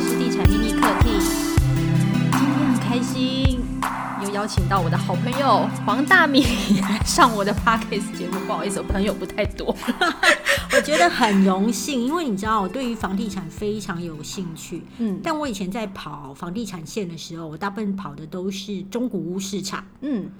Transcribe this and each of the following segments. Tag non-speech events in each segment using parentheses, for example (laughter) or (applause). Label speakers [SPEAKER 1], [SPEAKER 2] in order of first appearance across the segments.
[SPEAKER 1] 是地产秘密客厅。今天很开心，又邀请到我的好朋友黄大米来上我的 podcast 节目。不好意思，我朋友不太多。 (laughs)
[SPEAKER 2] 我觉得很荣幸，因为你知道我对于房地产非常有兴趣。
[SPEAKER 1] 嗯
[SPEAKER 2] 但我以前在跑房地产线的时候，我大部分跑的都是中古屋市场、
[SPEAKER 1] 嗯，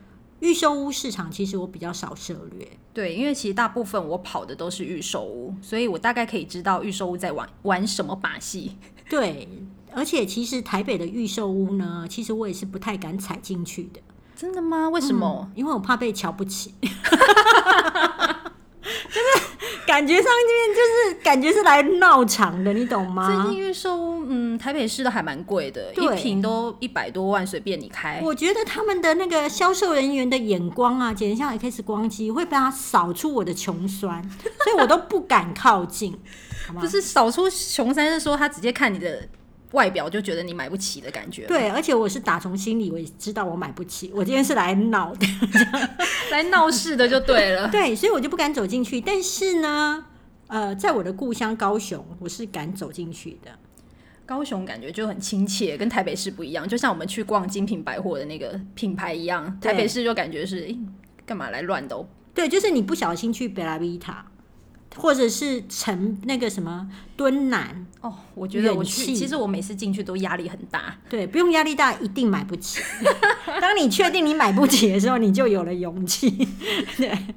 [SPEAKER 2] 预售屋市场，其实我比较少涉略。
[SPEAKER 1] 对，因为其实大部分我跑的都是预售屋，所以我大概可以知道预售屋在玩玩什么把戏。
[SPEAKER 2] 对，而且其实台北的预售屋呢，其实我也是不太敢踩进去的，嗯
[SPEAKER 1] 真的吗？为什么？
[SPEAKER 2] 因为我怕被瞧
[SPEAKER 1] (laughs)
[SPEAKER 2] 不起。就是感觉上这边就是感觉是来闹场的，你懂吗？
[SPEAKER 1] 最近预售屋，嗯，台北市都还蛮贵的，一
[SPEAKER 2] 对
[SPEAKER 1] 平都一百多万，随便你开。
[SPEAKER 2] 我觉得他们的那个销售人员的眼光啊，简直像 X 光机，会把它扫出我的穷酸，
[SPEAKER 1] (laughs)
[SPEAKER 2] 所以我都不敢靠近，好吗
[SPEAKER 1] 不？是扫出熊三是说他直接看你的外表就觉得你买不起的感觉，，
[SPEAKER 2] 对，而且我是打从心里，我也知道我买不起，我今天是来闹
[SPEAKER 1] (laughs)
[SPEAKER 2] 的，
[SPEAKER 1] 来闹事的就对了。
[SPEAKER 2] 对，所以我就不敢走进去。但是呢，呃，在我的故乡高雄，我是敢走进去的。
[SPEAKER 1] (laughs) 高雄感觉就很亲切，跟台北市不一样，就像我们去逛精品百货的那个品牌一样，
[SPEAKER 2] 对
[SPEAKER 1] 台北市就感觉是诶干嘛来乱的哦，
[SPEAKER 2] 对，就是你不小心去贝拉维塔，或者是城那个什么敦南，
[SPEAKER 1] 哦，我觉得我
[SPEAKER 2] 远
[SPEAKER 1] 去，
[SPEAKER 2] 气
[SPEAKER 1] 其实我每次进去都压力很大。 (laughs)
[SPEAKER 2] 对，不用压力大，一定买不起。 (laughs) 当你确定你买不起的时候，你就有了勇气。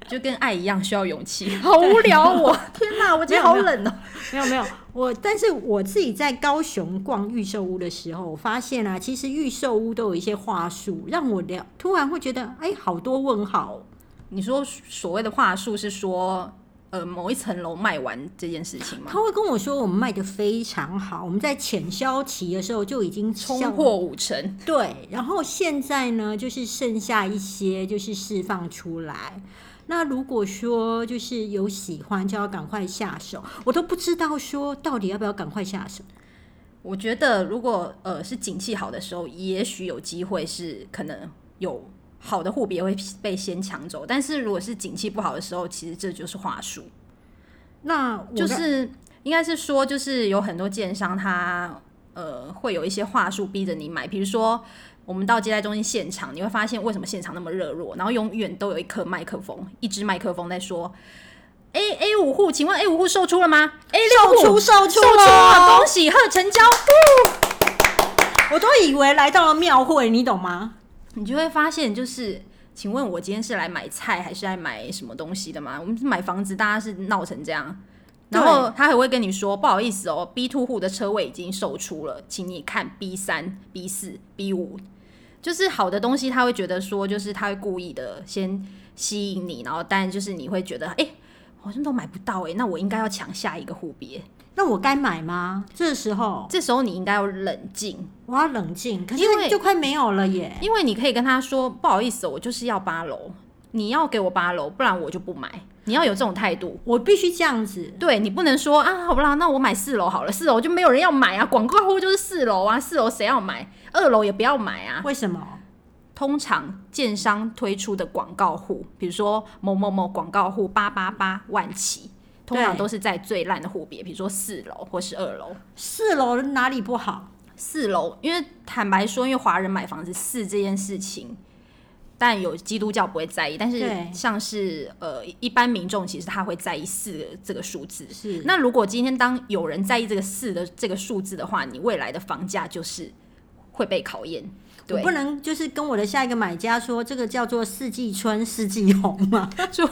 [SPEAKER 1] 就跟爱一样需要勇气，好无聊哦我！ (laughs) 天哪，我今天好冷哦、
[SPEAKER 2] (laughs) 没有没有，我但是我自己在高雄逛预售屋的时候，我发现啊，其实预售屋都有一些话术，让我了突然会觉得，哎，好多问号哦。
[SPEAKER 1] 你说所谓的话术是说，呃，某一层楼卖完这件事情吗？
[SPEAKER 2] 他会跟我说，我们卖的非常好，我们在潜销期的时候就已经销
[SPEAKER 1] 冲破五成，
[SPEAKER 2] 对，然后现在呢，就是剩下一些就是释放出来。那如果说就是有喜欢，就要赶快下手。我都不知道说到底要不要赶快下手。
[SPEAKER 1] 我觉得如果呃是景气好的时候，也许有机会是可能有好的户别会被先抢走，但是如果是景气不好的时候，其实这就是话术，
[SPEAKER 2] 那我哎
[SPEAKER 1] 就
[SPEAKER 2] 让
[SPEAKER 1] 是应该是说就是有很多建商他呃会有一些话术逼着你买，比如说。我们到接待中心现场，你会发现为什么现场那么热络，然后永远都有一颗麦克风，一支麦克风在说：“A A 五户，请问 A 五户售出了吗？A 六户
[SPEAKER 2] 售出售出
[SPEAKER 1] 售出了，
[SPEAKER 2] 了
[SPEAKER 1] 恭，喜贺成交。”
[SPEAKER 2] 我都以为来到了庙会，你懂吗？
[SPEAKER 1] 你就会发现，就是，请问我今天是来买菜还是来买什么东西的吗？我们是买房子，大家是闹成这样，然后他还会跟你说，不好意思哦，B two 户的车位已经售出了，请你看 B 三、B 四、B 五，就是好的东西，他会觉得说，就是他会故意的先吸引你，然后但就是你会觉得，哎、好像都买不到哎、那我应该要抢下一个户别。
[SPEAKER 2] 那我该买吗？这时候
[SPEAKER 1] 这时候你应该要冷静，
[SPEAKER 2] 我要冷静，可
[SPEAKER 1] 因为
[SPEAKER 2] 是就快没有了耶。
[SPEAKER 1] 因为你可以跟他说，不好意思，我就是要八楼，你要给我八楼，不然我就不买。你要有这种态度，
[SPEAKER 2] 我必须这样子，
[SPEAKER 1] 对你不能说啊，好不啦，那我买四楼好了，四楼就没有人要买啊，广告户就是四楼啊，四楼谁要买？二楼也不要买啊。
[SPEAKER 2] 为什么？
[SPEAKER 1] 通常建商推出的广告户，比如说某某某广告户八八八万起，通常
[SPEAKER 2] 对
[SPEAKER 1] 都是在最烂的户别，比如说四楼或是二楼。
[SPEAKER 2] 四楼哪里不好？
[SPEAKER 1] 四楼，因为坦白说，因为华人买房子四这件事情，但有基督教不会在意，但是
[SPEAKER 2] 对
[SPEAKER 1] 像是呃一般民众其实他会在意四这个数字。
[SPEAKER 2] 是
[SPEAKER 1] 那如果今天当有人在意这个四的这个数字的话，你未来的房价就是会被考验。
[SPEAKER 2] 我
[SPEAKER 1] 对
[SPEAKER 2] 不，能就是跟我的下一个买家说，这个叫做四季春、四季红嘛。
[SPEAKER 1] (laughs) 就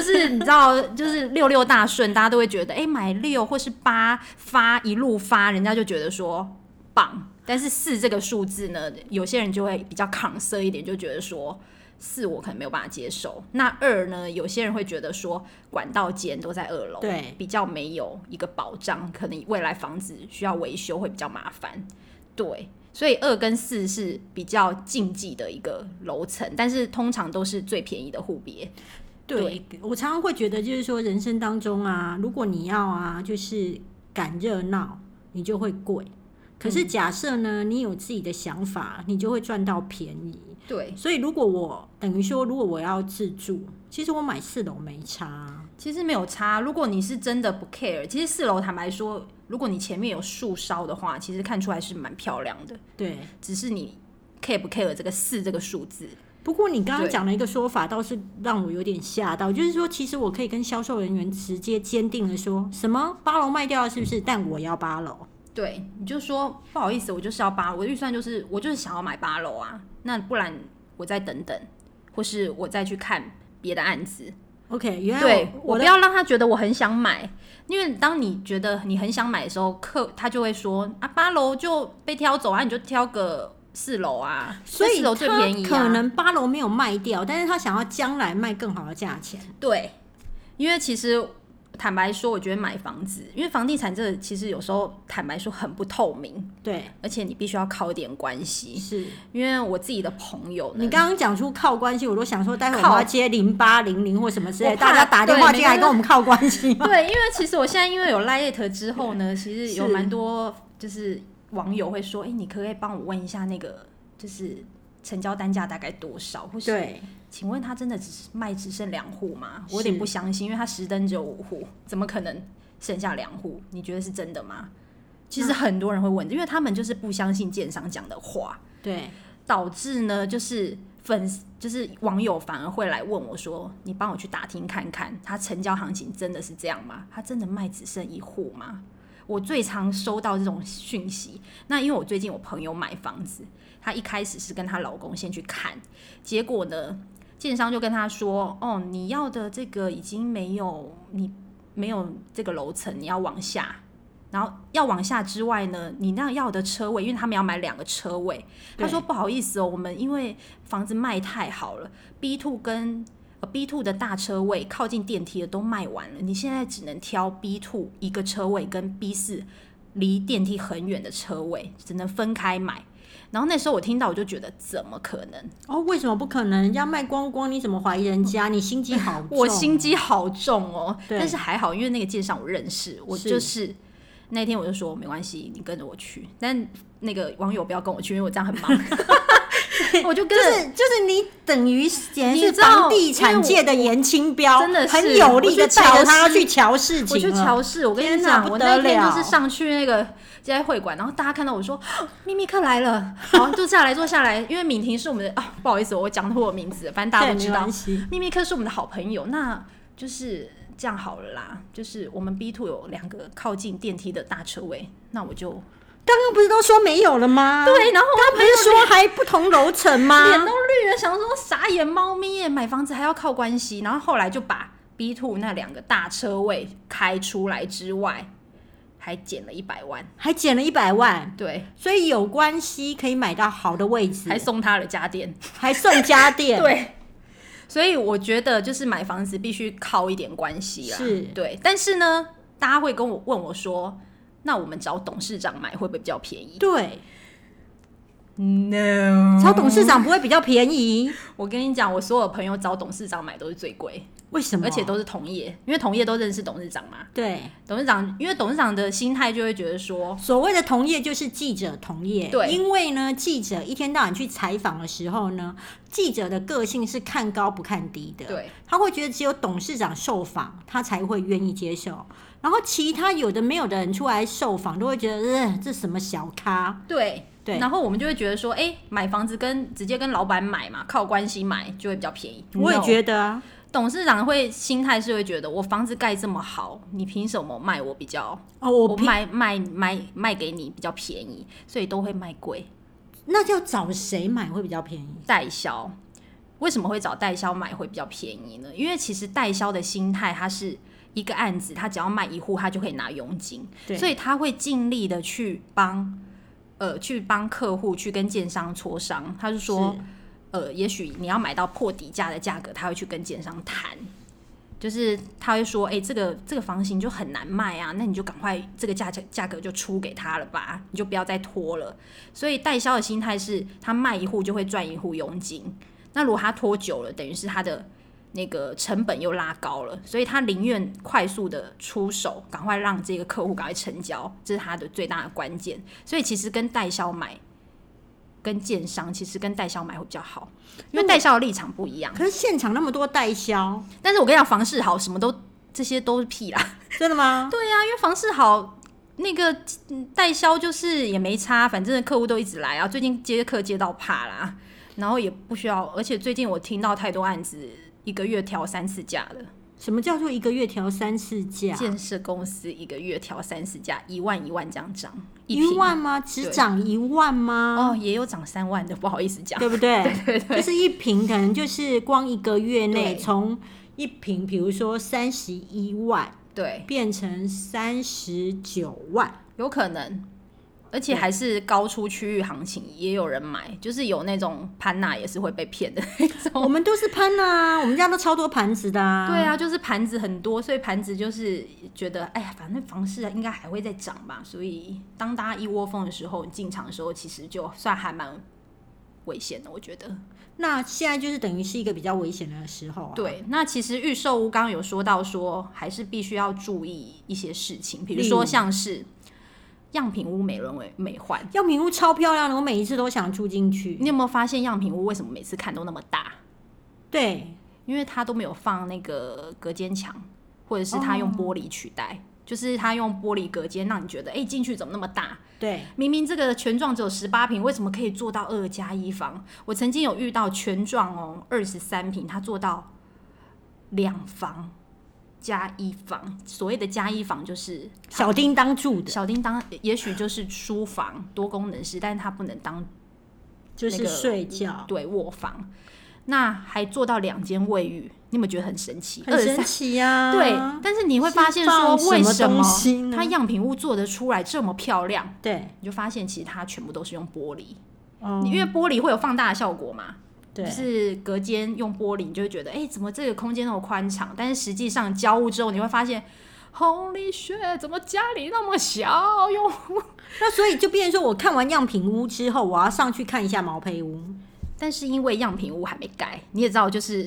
[SPEAKER 1] 是你知道，就是六六大顺，大家都会觉得，哎、买六或是八发一路发，人家就觉得说棒。但是四这个数字呢，有些人就会比较抗色一点，就觉得说四我可能没有办法接受。那二呢，有些人会觉得说管道间都在二楼，
[SPEAKER 2] 对
[SPEAKER 1] 比较没有一个保障，可能未来房子需要维修会比较麻烦。对，所以二跟四是比较禁忌的一个楼层，但是通常都是最便宜的户别。
[SPEAKER 2] 对，我常常会觉得，就是说人生当中啊，如果你要啊，就是赶热闹，你就会贵。可是假设呢，你有自己的想法，你就会赚到便宜。
[SPEAKER 1] 对，
[SPEAKER 2] 所以如果我等于说，如果我要自住，其实我买四楼没差啊。
[SPEAKER 1] 其实没有差。如果你是真的不 care，其实四楼坦白说，如果你前面有树梢的话，其实看出来是蛮漂亮的。
[SPEAKER 2] 对，
[SPEAKER 1] 只是你 care 不 care 这个四这个数字？
[SPEAKER 2] 不过你刚刚
[SPEAKER 1] 对
[SPEAKER 2] 讲了一个说法，倒是让我有点吓到，就是说，其实我可以跟销售人员直接坚定的说，什么八楼卖掉了是不是？
[SPEAKER 1] 嗯
[SPEAKER 2] 但我要八楼。
[SPEAKER 1] 对，你就说不好意思，我就是要八，我的预算就是我就是想要买八楼啊，那不然我再等等，或是我再去看别的案子。
[SPEAKER 2] OK，原来
[SPEAKER 1] 对我
[SPEAKER 2] 我的
[SPEAKER 1] 不要让他觉得我很想买，因为当你觉得你很想买的时候，客他就会说啊，八楼就被挑走啊，你就挑个四楼啊，
[SPEAKER 2] 所以
[SPEAKER 1] 四楼最便宜、啊，
[SPEAKER 2] 他可能八楼没有卖掉，但是他想要将来卖更好的价钱。
[SPEAKER 1] 对，因为其实坦白说，我觉得买房子，因为房地产这个其实有时候坦白说很不透明，
[SPEAKER 2] 对，
[SPEAKER 1] 而且你必须要靠一点关系，
[SPEAKER 2] 是
[SPEAKER 1] 因为我自己的朋友呢
[SPEAKER 2] 你。刚刚讲出靠关系，我都想说，待会我们
[SPEAKER 1] 靠
[SPEAKER 2] 要接零八零零或什么之类，
[SPEAKER 1] 我怕
[SPEAKER 2] 大家打电话
[SPEAKER 1] 对
[SPEAKER 2] 进来
[SPEAKER 1] 每个人
[SPEAKER 2] 跟我们靠关系
[SPEAKER 1] (laughs)
[SPEAKER 2] 吗？
[SPEAKER 1] 对，因为其实我现在因为有 Lite 之后
[SPEAKER 2] (laughs)
[SPEAKER 1] 呢，其实有
[SPEAKER 2] 是
[SPEAKER 1] 蛮多就是网友会说，哎、你可不可以帮我问一下那个就是成交单价大概多少？或是
[SPEAKER 2] 对，
[SPEAKER 1] 请问他真的只是卖只剩两户吗？我有点
[SPEAKER 2] 是
[SPEAKER 1] 不相信，因为他十登只有五户，怎么可能剩下两户？你觉得是真的吗？其
[SPEAKER 2] 啊
[SPEAKER 1] 实很多人会问，因为他们就是不相信建商讲的话，
[SPEAKER 2] 对，
[SPEAKER 1] 导致呢就是粉丝就是网友反而会来问我说：“你帮我去打听看看，它成交行情真的是这样吗？它真的卖只剩一户吗？”我最常收到这种讯息。那因为我最近我朋友买房子，她一开始是跟她老公先去看，结果呢，建商就跟她说：“哦，你要的这个已经没有你没有这个楼层，你要往下。”然后要往下之外呢，你那要的车位，因为他们要买两个车位，他
[SPEAKER 2] 对
[SPEAKER 1] 说不好意思哦，我们因为房子卖太好了，B two 跟、呃、B two 的大车位靠近电梯的都卖完了，你现在只能挑 B two 一个车位跟 B 四离电梯很远的车位，只能分开买。然后那时候我听到我就觉得怎么可能？
[SPEAKER 2] 哦，为什么不可能？人家卖光光，你怎么怀疑人家？你心机好重，
[SPEAKER 1] 我心机好重哦，
[SPEAKER 2] 对
[SPEAKER 1] 但是还好，因为那个介绍我认识，我
[SPEAKER 2] 是
[SPEAKER 1] 就是那天我就说没关系，你跟着我去。但那个网友不要跟我去，因为我这样很
[SPEAKER 2] (laughs)
[SPEAKER 1] 忙，我就
[SPEAKER 2] 就
[SPEAKER 1] 跟着
[SPEAKER 2] 是就是你等于简直
[SPEAKER 1] 你
[SPEAKER 2] 是
[SPEAKER 1] 知道
[SPEAKER 2] 房地产界的严清
[SPEAKER 1] 因
[SPEAKER 2] 标，
[SPEAKER 1] 为我真的是
[SPEAKER 2] 很有力的
[SPEAKER 1] 我去乔
[SPEAKER 2] 带着他要
[SPEAKER 1] 事
[SPEAKER 2] 去瞧事情
[SPEAKER 1] 我去
[SPEAKER 2] 了
[SPEAKER 1] 乔氏，我跟
[SPEAKER 2] 天
[SPEAKER 1] 你
[SPEAKER 2] 哪
[SPEAKER 1] 讲，
[SPEAKER 2] 不
[SPEAKER 1] 我
[SPEAKER 2] 得
[SPEAKER 1] 那天
[SPEAKER 2] 了
[SPEAKER 1] 就是上去那个接待会馆，然后大家看到我说啊秘密课来了，好坐下来坐下来，因为敏婷是我们的啊，不好意思，我讲啊错我名字，反正大家
[SPEAKER 2] 对
[SPEAKER 1] 都知
[SPEAKER 2] 没
[SPEAKER 1] 道
[SPEAKER 2] 关，系
[SPEAKER 1] 秘密课是我们的好朋友，那就是这样好了啦，就是我们 B two 有两个靠近电梯的大车位，那我就
[SPEAKER 2] 刚刚不是都说没有了吗？，
[SPEAKER 1] 对，然后我
[SPEAKER 2] 他不是说还不同楼层吗？
[SPEAKER 1] 啊脸都绿了，想说傻眼猫咪耶，买房子还要靠关系。然后后来就把 B two 那两个大车位开出来之外，还减了一百万，
[SPEAKER 2] 还减了一百万，
[SPEAKER 1] 对，
[SPEAKER 2] 所以有关系可以买到好的位置，
[SPEAKER 1] 还送他了家电，
[SPEAKER 2] 还送家
[SPEAKER 1] (laughs)
[SPEAKER 2] 电，
[SPEAKER 1] 对。所以我觉得就是买房子必须靠一点关系啦，
[SPEAKER 2] 是
[SPEAKER 1] 对。但是呢，大家会跟我问我说，那我们找董事长买会不会比较便宜
[SPEAKER 2] 对，
[SPEAKER 1] ？No，
[SPEAKER 2] 找董事长不会比较便宜？
[SPEAKER 1] 我跟你讲，我所有朋友找董事长买都是最贵，
[SPEAKER 2] 为什么？
[SPEAKER 1] 而且都是同业，因为同业都认识董事长嘛。
[SPEAKER 2] 对，
[SPEAKER 1] 董事长，因为董事长的心态就会觉得说，
[SPEAKER 2] 所谓的同业就是记者同业，
[SPEAKER 1] 对
[SPEAKER 2] 因为呢，记者一天到晚去采访的时候呢，记者的个性是看高不看低的，
[SPEAKER 1] 对，
[SPEAKER 2] 他会觉得只有董事长受访，他才会愿意接受，然后其他有的没有的人出来受访，都会觉得，呃，这什么小咖，
[SPEAKER 1] 对
[SPEAKER 2] 对
[SPEAKER 1] 然后我们就会觉得说，哎、买房子跟直接跟老板买嘛，靠关系买就会比较便宜。
[SPEAKER 2] 我也
[SPEAKER 1] No
[SPEAKER 2] 觉得啊，
[SPEAKER 1] 董事长会心态是会觉得，我房子盖这么好，你凭什么卖我比较？
[SPEAKER 2] 哦，我
[SPEAKER 1] 我
[SPEAKER 2] 平
[SPEAKER 1] 卖卖卖卖给你比较便宜，所以都会卖贵
[SPEAKER 2] 那就找谁买会比较便宜？
[SPEAKER 1] 代销。为什么会找代销买会比较便宜呢？因为其实代销的心态，它是一个案子，他只要卖一户，他就可以拿佣金。
[SPEAKER 2] 对
[SPEAKER 1] 所以他会尽力的去帮，呃，去帮客户去跟建商磋商。他就说，呃，也许你要买到破底价的价格，他会去跟建商谈。就是他会说，哎、这个这个房型就很难卖啊，那你就赶快这个价钱价格就出给他了吧，你就不要再拖了。所以代销的心态是，他卖一户就会赚一户佣金。那如果他拖久了，等于是他的那个成本又拉高了，所以他宁愿快速的出手，赶快让这个客户赶快成交，这是他的最大的关键。所以其实跟代销买。跟建商其实跟代销买会比较好，因为代销的立场不一样。
[SPEAKER 2] 可是现场那么多代销，
[SPEAKER 1] (laughs) 但是我跟你讲，房市好，什么都这些都是屁
[SPEAKER 2] (laughs)
[SPEAKER 1] 啦。
[SPEAKER 2] 真的吗？
[SPEAKER 1] 对呀、啊因为房市好，那个嗯代销就是也没差，反正客户都一直来啊。最近接客接到怕啦，然后也不需要，而且最近我听到太多案子，一个月调三次价了。
[SPEAKER 2] 什么叫做一个月调三次价？
[SPEAKER 1] 建设公司一个月调三次价，一万一万这样涨，
[SPEAKER 2] 一
[SPEAKER 1] 平
[SPEAKER 2] 万吗？只
[SPEAKER 1] 对
[SPEAKER 2] 涨一万吗？
[SPEAKER 1] 哦，也有涨三万的，不好意 (laughs) 思讲。
[SPEAKER 2] 对不对？
[SPEAKER 1] 对对
[SPEAKER 2] 就是一瓶，可能就是光一个月内
[SPEAKER 1] 对
[SPEAKER 2] 从一瓶，比如说三十一万
[SPEAKER 1] 对，
[SPEAKER 2] 变成三十九万，
[SPEAKER 1] 有可能，而且还是高出区域行情，也有人买，就是有那种潘娜也是会被骗的那种。
[SPEAKER 2] 我们都是潘啊，我们家都超多盘子的啊。
[SPEAKER 1] 哦对啊，就是盘子很多，所以盘子就是觉得，哎呀，反正房市应该还会再涨吧。所以当大家一窝蜂的时候，你进场的时候，其实就算还蛮危险的，我觉得。
[SPEAKER 2] 那现在就是等于是一个比较危险的时候啊。，
[SPEAKER 1] 对，那其实预售屋刚刚有说到说，还是必须要注意一些事情，比如
[SPEAKER 2] 例
[SPEAKER 1] 说
[SPEAKER 2] 如
[SPEAKER 1] 像是样品屋美轮美美换，
[SPEAKER 2] 样品屋超漂亮的，我每一次都想住进去。
[SPEAKER 1] 你有没有发现样品屋为什么每次看都那么大？
[SPEAKER 2] 对，
[SPEAKER 1] 因为它都没有放那个隔间墙，或者是它用玻璃取代，就是它用玻璃隔间，让你觉得哎进、去怎么那么大？
[SPEAKER 2] 对，
[SPEAKER 1] 明明这个全幢只有十八平，为什么可以做到二加一房？我曾经有遇到全幢哦二十三平，它做到两房加一房。所谓的加一房就是
[SPEAKER 2] 小叮当住的，
[SPEAKER 1] 小叮当，也许就是书房多功能室，但是它不能当
[SPEAKER 2] 就
[SPEAKER 1] 那
[SPEAKER 2] 是
[SPEAKER 1] 个嗯
[SPEAKER 2] 睡觉，
[SPEAKER 1] 对卧房。那还做到两间卫浴，你有没有觉得很神奇？
[SPEAKER 2] 很神奇呀、啊。
[SPEAKER 1] 对，但是你会
[SPEAKER 2] 是
[SPEAKER 1] 发现说，
[SPEAKER 2] 放什
[SPEAKER 1] 为
[SPEAKER 2] 么
[SPEAKER 1] 什
[SPEAKER 2] 东
[SPEAKER 1] 么
[SPEAKER 2] 西呢
[SPEAKER 1] 它样品屋做得出来这么漂亮？
[SPEAKER 2] 对，
[SPEAKER 1] 你就发现其实它全部都是用玻璃，
[SPEAKER 2] 哦，
[SPEAKER 1] 因为玻璃会有放大的效果嘛。
[SPEAKER 2] 对
[SPEAKER 1] 就，是隔间用玻璃，你就会觉得，哎、怎么这个空间那么宽敞？但是实际上交屋之后，你会发现，Holy shit，怎么家里那么小？用
[SPEAKER 2] 那所以就变成说我看完样品屋之后，我要上去看一下毛坯屋。
[SPEAKER 1] 但是因为样品屋还没盖，你也知道，就是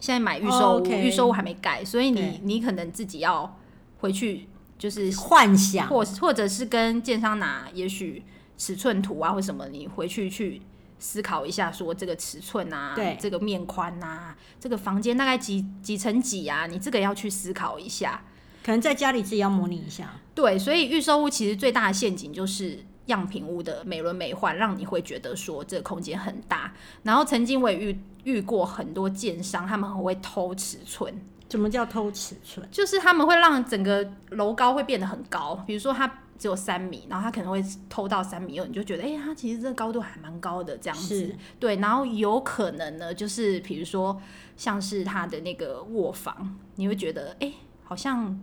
[SPEAKER 1] 现在买预售
[SPEAKER 2] 哦
[SPEAKER 1] 屋，预、
[SPEAKER 2] ，OK
[SPEAKER 1] 售屋还没盖，所以你
[SPEAKER 2] 对
[SPEAKER 1] 你可能自己要回去，就是
[SPEAKER 2] 幻想
[SPEAKER 1] 或或者是跟建商拿，也许尺寸图啊或什么，你回去去思考一下，说这个尺寸啊，
[SPEAKER 2] 对
[SPEAKER 1] 这个面宽啊，这个房间大概几几乘几啊，你这个要去思考一下。
[SPEAKER 2] 可能在家里自己要模拟一下。
[SPEAKER 1] 对，所以预售屋其实最大的陷阱就是样品屋的美轮美奂，让你会觉得说这个空间很大。然后曾经我也遇遇过很多建商，他们很会偷尺寸，
[SPEAKER 2] 怎么叫偷尺寸？
[SPEAKER 1] 就是他们会让整个楼高会变得很高，比如说它只有三米，然后它可能会偷到三米二，你就觉得哎、诶它其实这个高度还蛮高的这样子
[SPEAKER 2] 是。
[SPEAKER 1] 对，然后有可能呢，就是比如说像是它的那个卧房，你会觉得哎、诶好像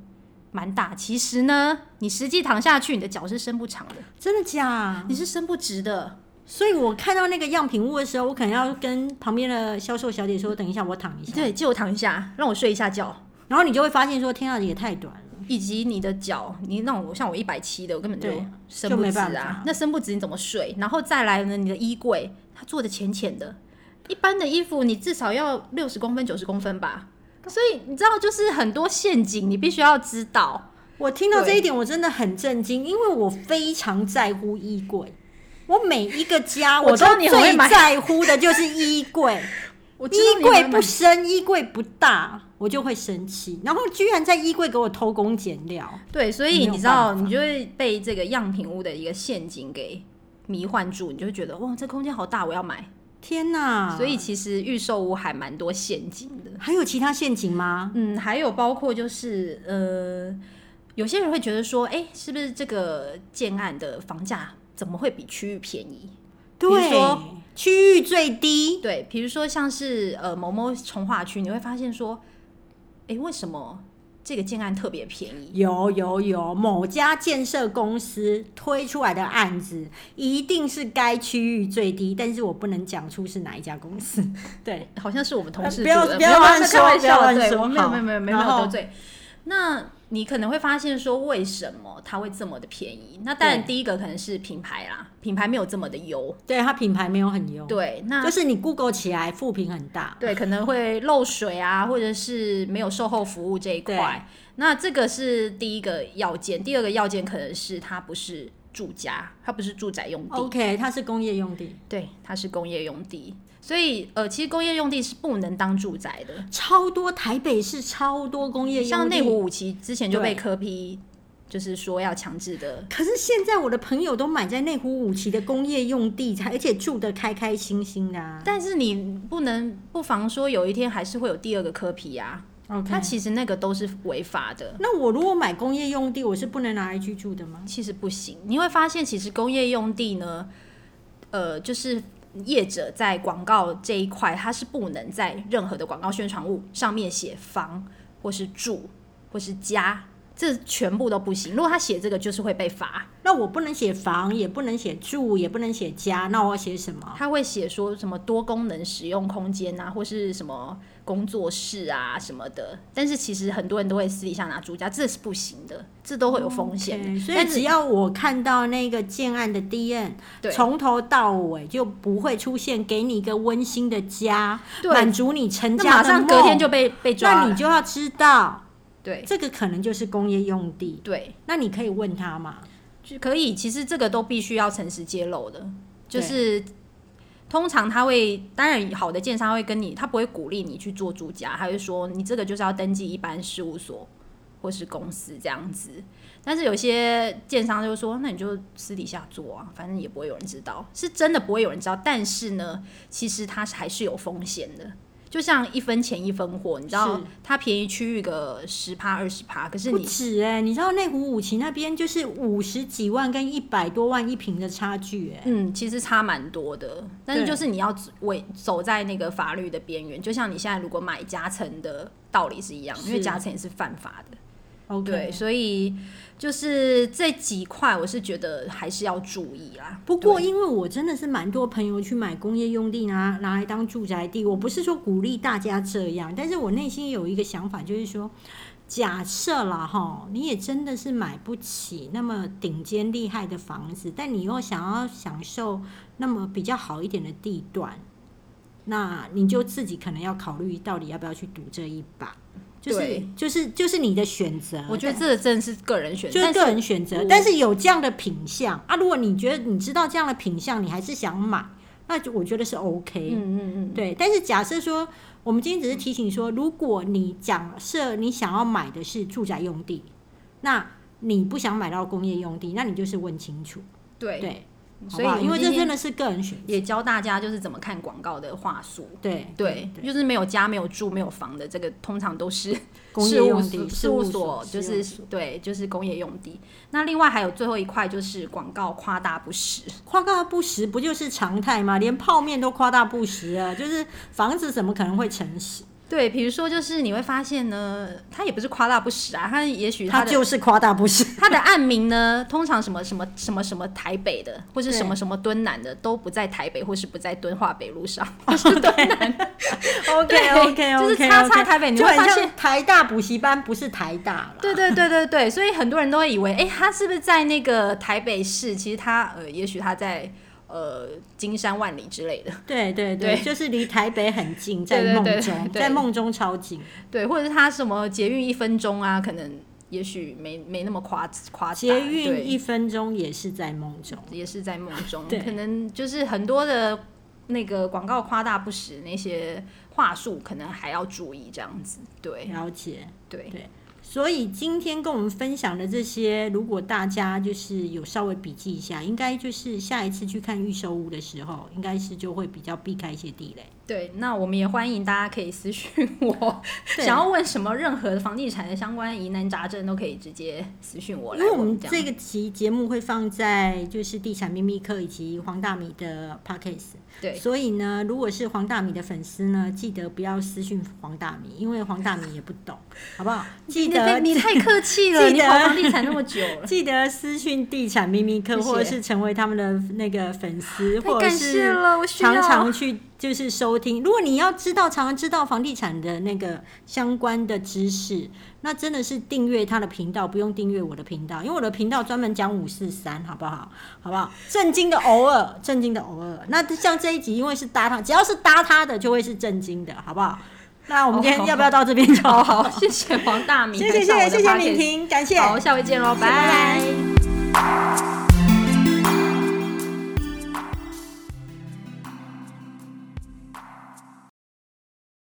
[SPEAKER 1] 蛮大，其实呢，你实际躺下去，你的脚是伸不长的，
[SPEAKER 2] 真的假？
[SPEAKER 1] 你是伸不直的。
[SPEAKER 2] 所以我看到那个样品屋的时候，我可能要跟旁边的销售小姐说：“等一下，我躺一下。
[SPEAKER 1] 对，借我躺一下，让我睡一下觉。”
[SPEAKER 2] 然后你就会发现说：“天啊，也太短了。
[SPEAKER 1] 以及你的脚，你那种像我一百七的，我根本就
[SPEAKER 2] 对
[SPEAKER 1] 伸
[SPEAKER 2] 就
[SPEAKER 1] 不
[SPEAKER 2] 没
[SPEAKER 1] 直
[SPEAKER 2] 办
[SPEAKER 1] 啊
[SPEAKER 2] 法。
[SPEAKER 1] 那伸不直你怎么睡？然后再来呢，你的衣柜它做的浅浅的，一般的衣服你至少要六十公分、九十公分吧。所以你知道，就是很多陷阱，你必须要知道。”
[SPEAKER 2] 我听到这
[SPEAKER 1] 对
[SPEAKER 2] 一点，我真的很震惊，因为我非常在乎衣柜。我每一个家，
[SPEAKER 1] 我
[SPEAKER 2] 我
[SPEAKER 1] 知
[SPEAKER 2] 都
[SPEAKER 1] 道你很会
[SPEAKER 2] 最
[SPEAKER 1] 买
[SPEAKER 2] 在乎的就是衣柜。
[SPEAKER 1] (laughs) 我知道
[SPEAKER 2] 衣
[SPEAKER 1] 你会
[SPEAKER 2] 柜
[SPEAKER 1] 买
[SPEAKER 2] 不深，衣柜不大，我就会生气。然后居然在衣柜给我偷工减料，
[SPEAKER 1] 对，所以
[SPEAKER 2] 没有
[SPEAKER 1] 你知道，
[SPEAKER 2] 办法
[SPEAKER 1] 你就会被这个样品屋的一个陷阱给迷幻住，你就会觉得哇，这空间好大，我要买。
[SPEAKER 2] 天哪！
[SPEAKER 1] 所以其实预售屋还蛮多陷阱的。
[SPEAKER 2] 还有其他陷阱吗？
[SPEAKER 1] 嗯，还有包括就是呃，有些人会觉得说，哎、是不是这个建案的房价怎么会比区域便宜？比如
[SPEAKER 2] 对
[SPEAKER 1] 说，
[SPEAKER 2] 区域最低，
[SPEAKER 1] 对，比如说像是呃某某从化区，你会发现说，哎、为什么这个建案特别便宜？
[SPEAKER 2] 有有有，某家建设公司推出来的案子一定是该区域最低，但是我不能讲出是哪一家公司。 (laughs) 对，
[SPEAKER 1] 好像是我们同事
[SPEAKER 2] 呃不要
[SPEAKER 1] 做的
[SPEAKER 2] 不要
[SPEAKER 1] 没有
[SPEAKER 2] 乱
[SPEAKER 1] 没有
[SPEAKER 2] 说
[SPEAKER 1] 开玩
[SPEAKER 2] 不要
[SPEAKER 1] 笑
[SPEAKER 2] 乱
[SPEAKER 1] 对
[SPEAKER 2] 说
[SPEAKER 1] 我没有
[SPEAKER 2] 好
[SPEAKER 1] 没有没有没
[SPEAKER 2] 然
[SPEAKER 1] 有
[SPEAKER 2] 后
[SPEAKER 1] 得罪。那你可能会发现说，为什么它会这么的便宜？那当然，
[SPEAKER 2] 对
[SPEAKER 1] 第一个可能是品牌啦，品牌没有这么的优。
[SPEAKER 2] 对，它品牌没有很优，
[SPEAKER 1] 对，那
[SPEAKER 2] 就是你 Google 起来，负评很大。
[SPEAKER 1] 对，可能会漏水啊，或者是没有售后服务这一块。那这个是第一个要件，第二个要件可能是它不是住家，它不是住宅用地，
[SPEAKER 2] OK，它是工业用地，
[SPEAKER 1] 对，它是工业用地。所以呃，其实工业用地是不能当住宅的，
[SPEAKER 2] 超多台北市超多工业用地，
[SPEAKER 1] 像内湖五期之前就被
[SPEAKER 2] 对
[SPEAKER 1] 科批，就是说要强制的。
[SPEAKER 2] 可是现在我的朋友都买在内湖五期的工业用地，而且住得开开心心的、啊。
[SPEAKER 1] 但是你不能不防说有一天还是会有第二个科批啊，
[SPEAKER 2] 嗯
[SPEAKER 1] 它其实那个都是违法的。
[SPEAKER 2] 那我如果买工业用地，我是不能拿来居住的吗？
[SPEAKER 1] 其实不行，你会发现，其实工业用地呢，呃，就是业者在广告这一块，它是不能在任何的广告宣传物上面写房或是住或是家，这全部都不行。如果他写这个，就是会被罚。
[SPEAKER 2] 那我不能写房，也不能写住，也不能写家，那我要写什么？
[SPEAKER 1] 他会写说什么多功能使用空间啊，或是什么工作室啊什么的。但是其实很多人都会私底下拿住家，这是不行的，这都会有风险的。
[SPEAKER 2] OK，所以
[SPEAKER 1] 但是
[SPEAKER 2] 只要我看到那个建案的 D N，
[SPEAKER 1] 对
[SPEAKER 2] 从头到尾就不会出现给你一个温馨的家，
[SPEAKER 1] 对，
[SPEAKER 2] 满足你成
[SPEAKER 1] 那
[SPEAKER 2] 家
[SPEAKER 1] 马
[SPEAKER 2] 的
[SPEAKER 1] 上
[SPEAKER 2] 梦。
[SPEAKER 1] 隔天就被被抓
[SPEAKER 2] 那你
[SPEAKER 1] 了。
[SPEAKER 2] 就要知道，
[SPEAKER 1] 对。
[SPEAKER 2] 这个可能就是工业用地。
[SPEAKER 1] 对，
[SPEAKER 2] 那你可以问他嘛？
[SPEAKER 1] 就可以。其实这个都必须要诚实揭露的，就
[SPEAKER 2] 对
[SPEAKER 1] 是通常他会，当然好的建商会跟你，他不会鼓励你去做住家，他会说你这个就是要登记一般事务所或是公司这样子。但是有些建商就说，那你就私底下做啊，反正也不会有人知道，是真的不会有人知道。但是呢，其实它是还是有风险的。就像一分钱一分货，你知道
[SPEAKER 2] 是
[SPEAKER 1] 它便宜区域个十趴二十趴，可是
[SPEAKER 2] 不
[SPEAKER 1] 你
[SPEAKER 2] 止哎、你知道内湖五期那边就是五十几万跟一百多万一平的差距哎、
[SPEAKER 1] 嗯，其实差蛮多的，但是
[SPEAKER 2] 对
[SPEAKER 1] 就是你要为走在那个法律的边缘，就像你现在如果买夹层的道理是一样，因为
[SPEAKER 2] 是
[SPEAKER 1] 夹层也是犯法的。
[SPEAKER 2] OK，
[SPEAKER 1] 对，所以就是这几块，我是觉得还是要注意啦。
[SPEAKER 2] 不过因为我真的是蛮多朋友去买工业用地拿拿来当住宅地，我不是说鼓励大家这样，但是我内心有一个想法，就是说。假设啦，哈，你也真的是买不起那么顶尖厉害的房子，但你又想要享受那么比较好一点的地段，那你就自己可能要考虑到底要不要去赌这一把，就是
[SPEAKER 1] 对
[SPEAKER 2] 就是就是你的选择。
[SPEAKER 1] 我觉得这个真的是嗯个人选择，
[SPEAKER 2] 就是
[SPEAKER 1] 但
[SPEAKER 2] 个人选择
[SPEAKER 1] 我，
[SPEAKER 2] 但是有这样的品相啊，如果你觉得你知道这样的品相，你还是想买，那就我觉得是 OK，、
[SPEAKER 1] 嗯嗯嗯，
[SPEAKER 2] 对。但是假设说，我们今天只是提醒说，如果你假设你想要买的是住宅用地，那你不想买到工业用地，那你就是问清楚，
[SPEAKER 1] 对，
[SPEAKER 2] 对，好
[SPEAKER 1] 所
[SPEAKER 2] 不
[SPEAKER 1] 以
[SPEAKER 2] 好？因为这真
[SPEAKER 1] 的
[SPEAKER 2] 的是个人选择，
[SPEAKER 1] 也教大家就是怎么看广告的话术。
[SPEAKER 2] 对
[SPEAKER 1] 对，
[SPEAKER 2] 对，
[SPEAKER 1] 就是没有家、没有住、没有房的，这个通常都是
[SPEAKER 2] (laughs) 工业
[SPEAKER 1] 事务
[SPEAKER 2] 用
[SPEAKER 1] 所
[SPEAKER 2] 地
[SPEAKER 1] 事务所
[SPEAKER 2] 事
[SPEAKER 1] 就
[SPEAKER 2] 务
[SPEAKER 1] 是
[SPEAKER 2] 所
[SPEAKER 1] 对，就是工业用地。那另外还有最后一块就是广告夸大不实，
[SPEAKER 2] 夸大不实，不就是常态吗？连泡面都夸大不实啊，就是房子怎么可能会诚实？
[SPEAKER 1] 对，比如说就是你会发现呢，它也不是夸大不实啊，它也许它
[SPEAKER 2] 它
[SPEAKER 1] 的
[SPEAKER 2] 就是夸大不实。
[SPEAKER 1] 它的案名呢，通常什么什么什么什么台北的，或是
[SPEAKER 2] 对
[SPEAKER 1] 什么什么敦南的，都不在台北，或是不在敦化北路上，
[SPEAKER 2] 哦
[SPEAKER 1] 或是敦南。
[SPEAKER 2] OK
[SPEAKER 1] (laughs)
[SPEAKER 2] OK
[SPEAKER 1] 对
[SPEAKER 2] OK，
[SPEAKER 1] (laughs) 就是叉叉台北你
[SPEAKER 2] 就
[SPEAKER 1] 会
[SPEAKER 2] 很
[SPEAKER 1] 发
[SPEAKER 2] 像
[SPEAKER 1] 现
[SPEAKER 2] 台大补习班不是台大啦。
[SPEAKER 1] 对对对对对，所以很多人都会以为，哎、他是不是在那个台北市？其实他呃，也许他在呃金山万里之类的，
[SPEAKER 2] 对对
[SPEAKER 1] 对
[SPEAKER 2] 对，就是离台北很近，
[SPEAKER 1] 对
[SPEAKER 2] 在
[SPEAKER 1] 对
[SPEAKER 2] 梦
[SPEAKER 1] 对
[SPEAKER 2] 中，
[SPEAKER 1] 对
[SPEAKER 2] 在梦中超近。
[SPEAKER 1] (laughs) 对，或者是他什么捷运一分钟啊，可能也许没没那么夸夸大
[SPEAKER 2] 捷运
[SPEAKER 1] 对
[SPEAKER 2] 一分钟也是在梦中。
[SPEAKER 1] 也是在梦中，
[SPEAKER 2] 对
[SPEAKER 1] 可能就是很多的那个广告夸大不实那些话术，可能还要注意这样子。对
[SPEAKER 2] 了解。
[SPEAKER 1] 对
[SPEAKER 2] 所以今天跟我们分享的这些，如果大家就是有稍微笔记一下，应该就是下一次去看预售屋的时候，应该是就会比较避开一些地雷。
[SPEAKER 1] 对，那我们也欢迎大家可以私讯我，
[SPEAKER 2] 对
[SPEAKER 1] 想要问什么任何房地产的相关疑难杂症都可以直接私讯我
[SPEAKER 2] 因
[SPEAKER 1] 来
[SPEAKER 2] 为我
[SPEAKER 1] 问
[SPEAKER 2] 们
[SPEAKER 1] 这
[SPEAKER 2] 这
[SPEAKER 1] 样。
[SPEAKER 2] 个期节目会放在就是地产秘密课以及黄大米的 podcast，
[SPEAKER 1] 对
[SPEAKER 2] 所以呢，如果是黄大米的粉丝呢，记得不要私讯黄大米，因为黄大米也不懂， (laughs) 好不好？记得
[SPEAKER 1] 你你太客气了，
[SPEAKER 2] 记
[SPEAKER 1] 你
[SPEAKER 2] 得
[SPEAKER 1] 跑房地产那么久了，
[SPEAKER 2] 记得私讯地产秘密课，
[SPEAKER 1] 谢谢
[SPEAKER 2] 或者是成为他们的那个粉
[SPEAKER 1] 太
[SPEAKER 2] 丝，(laughs) 或者
[SPEAKER 1] 感谢
[SPEAKER 2] 是啊
[SPEAKER 1] 了，我需要
[SPEAKER 2] 常常去就是收听。如果你要知道常常知道房地产的那个相关的知识，那真的是订阅他的频道，不用订阅我的频道，因为我的频道专门讲五四三，好不好？ (laughs) 好不好？震惊的偶尔，震惊的偶尔。那像这一集，因为是搭他，只要是搭他的，就会是震惊的，好不好？那我们今
[SPEAKER 1] 好
[SPEAKER 2] 天要不要到这边就
[SPEAKER 1] 好
[SPEAKER 2] 哦好？ (laughs)
[SPEAKER 1] 好，谢谢黄大明，
[SPEAKER 2] 谢谢谢谢谢谢敏，婷，感谢，
[SPEAKER 1] 好，下回见喽，拜
[SPEAKER 2] 拜
[SPEAKER 1] 拜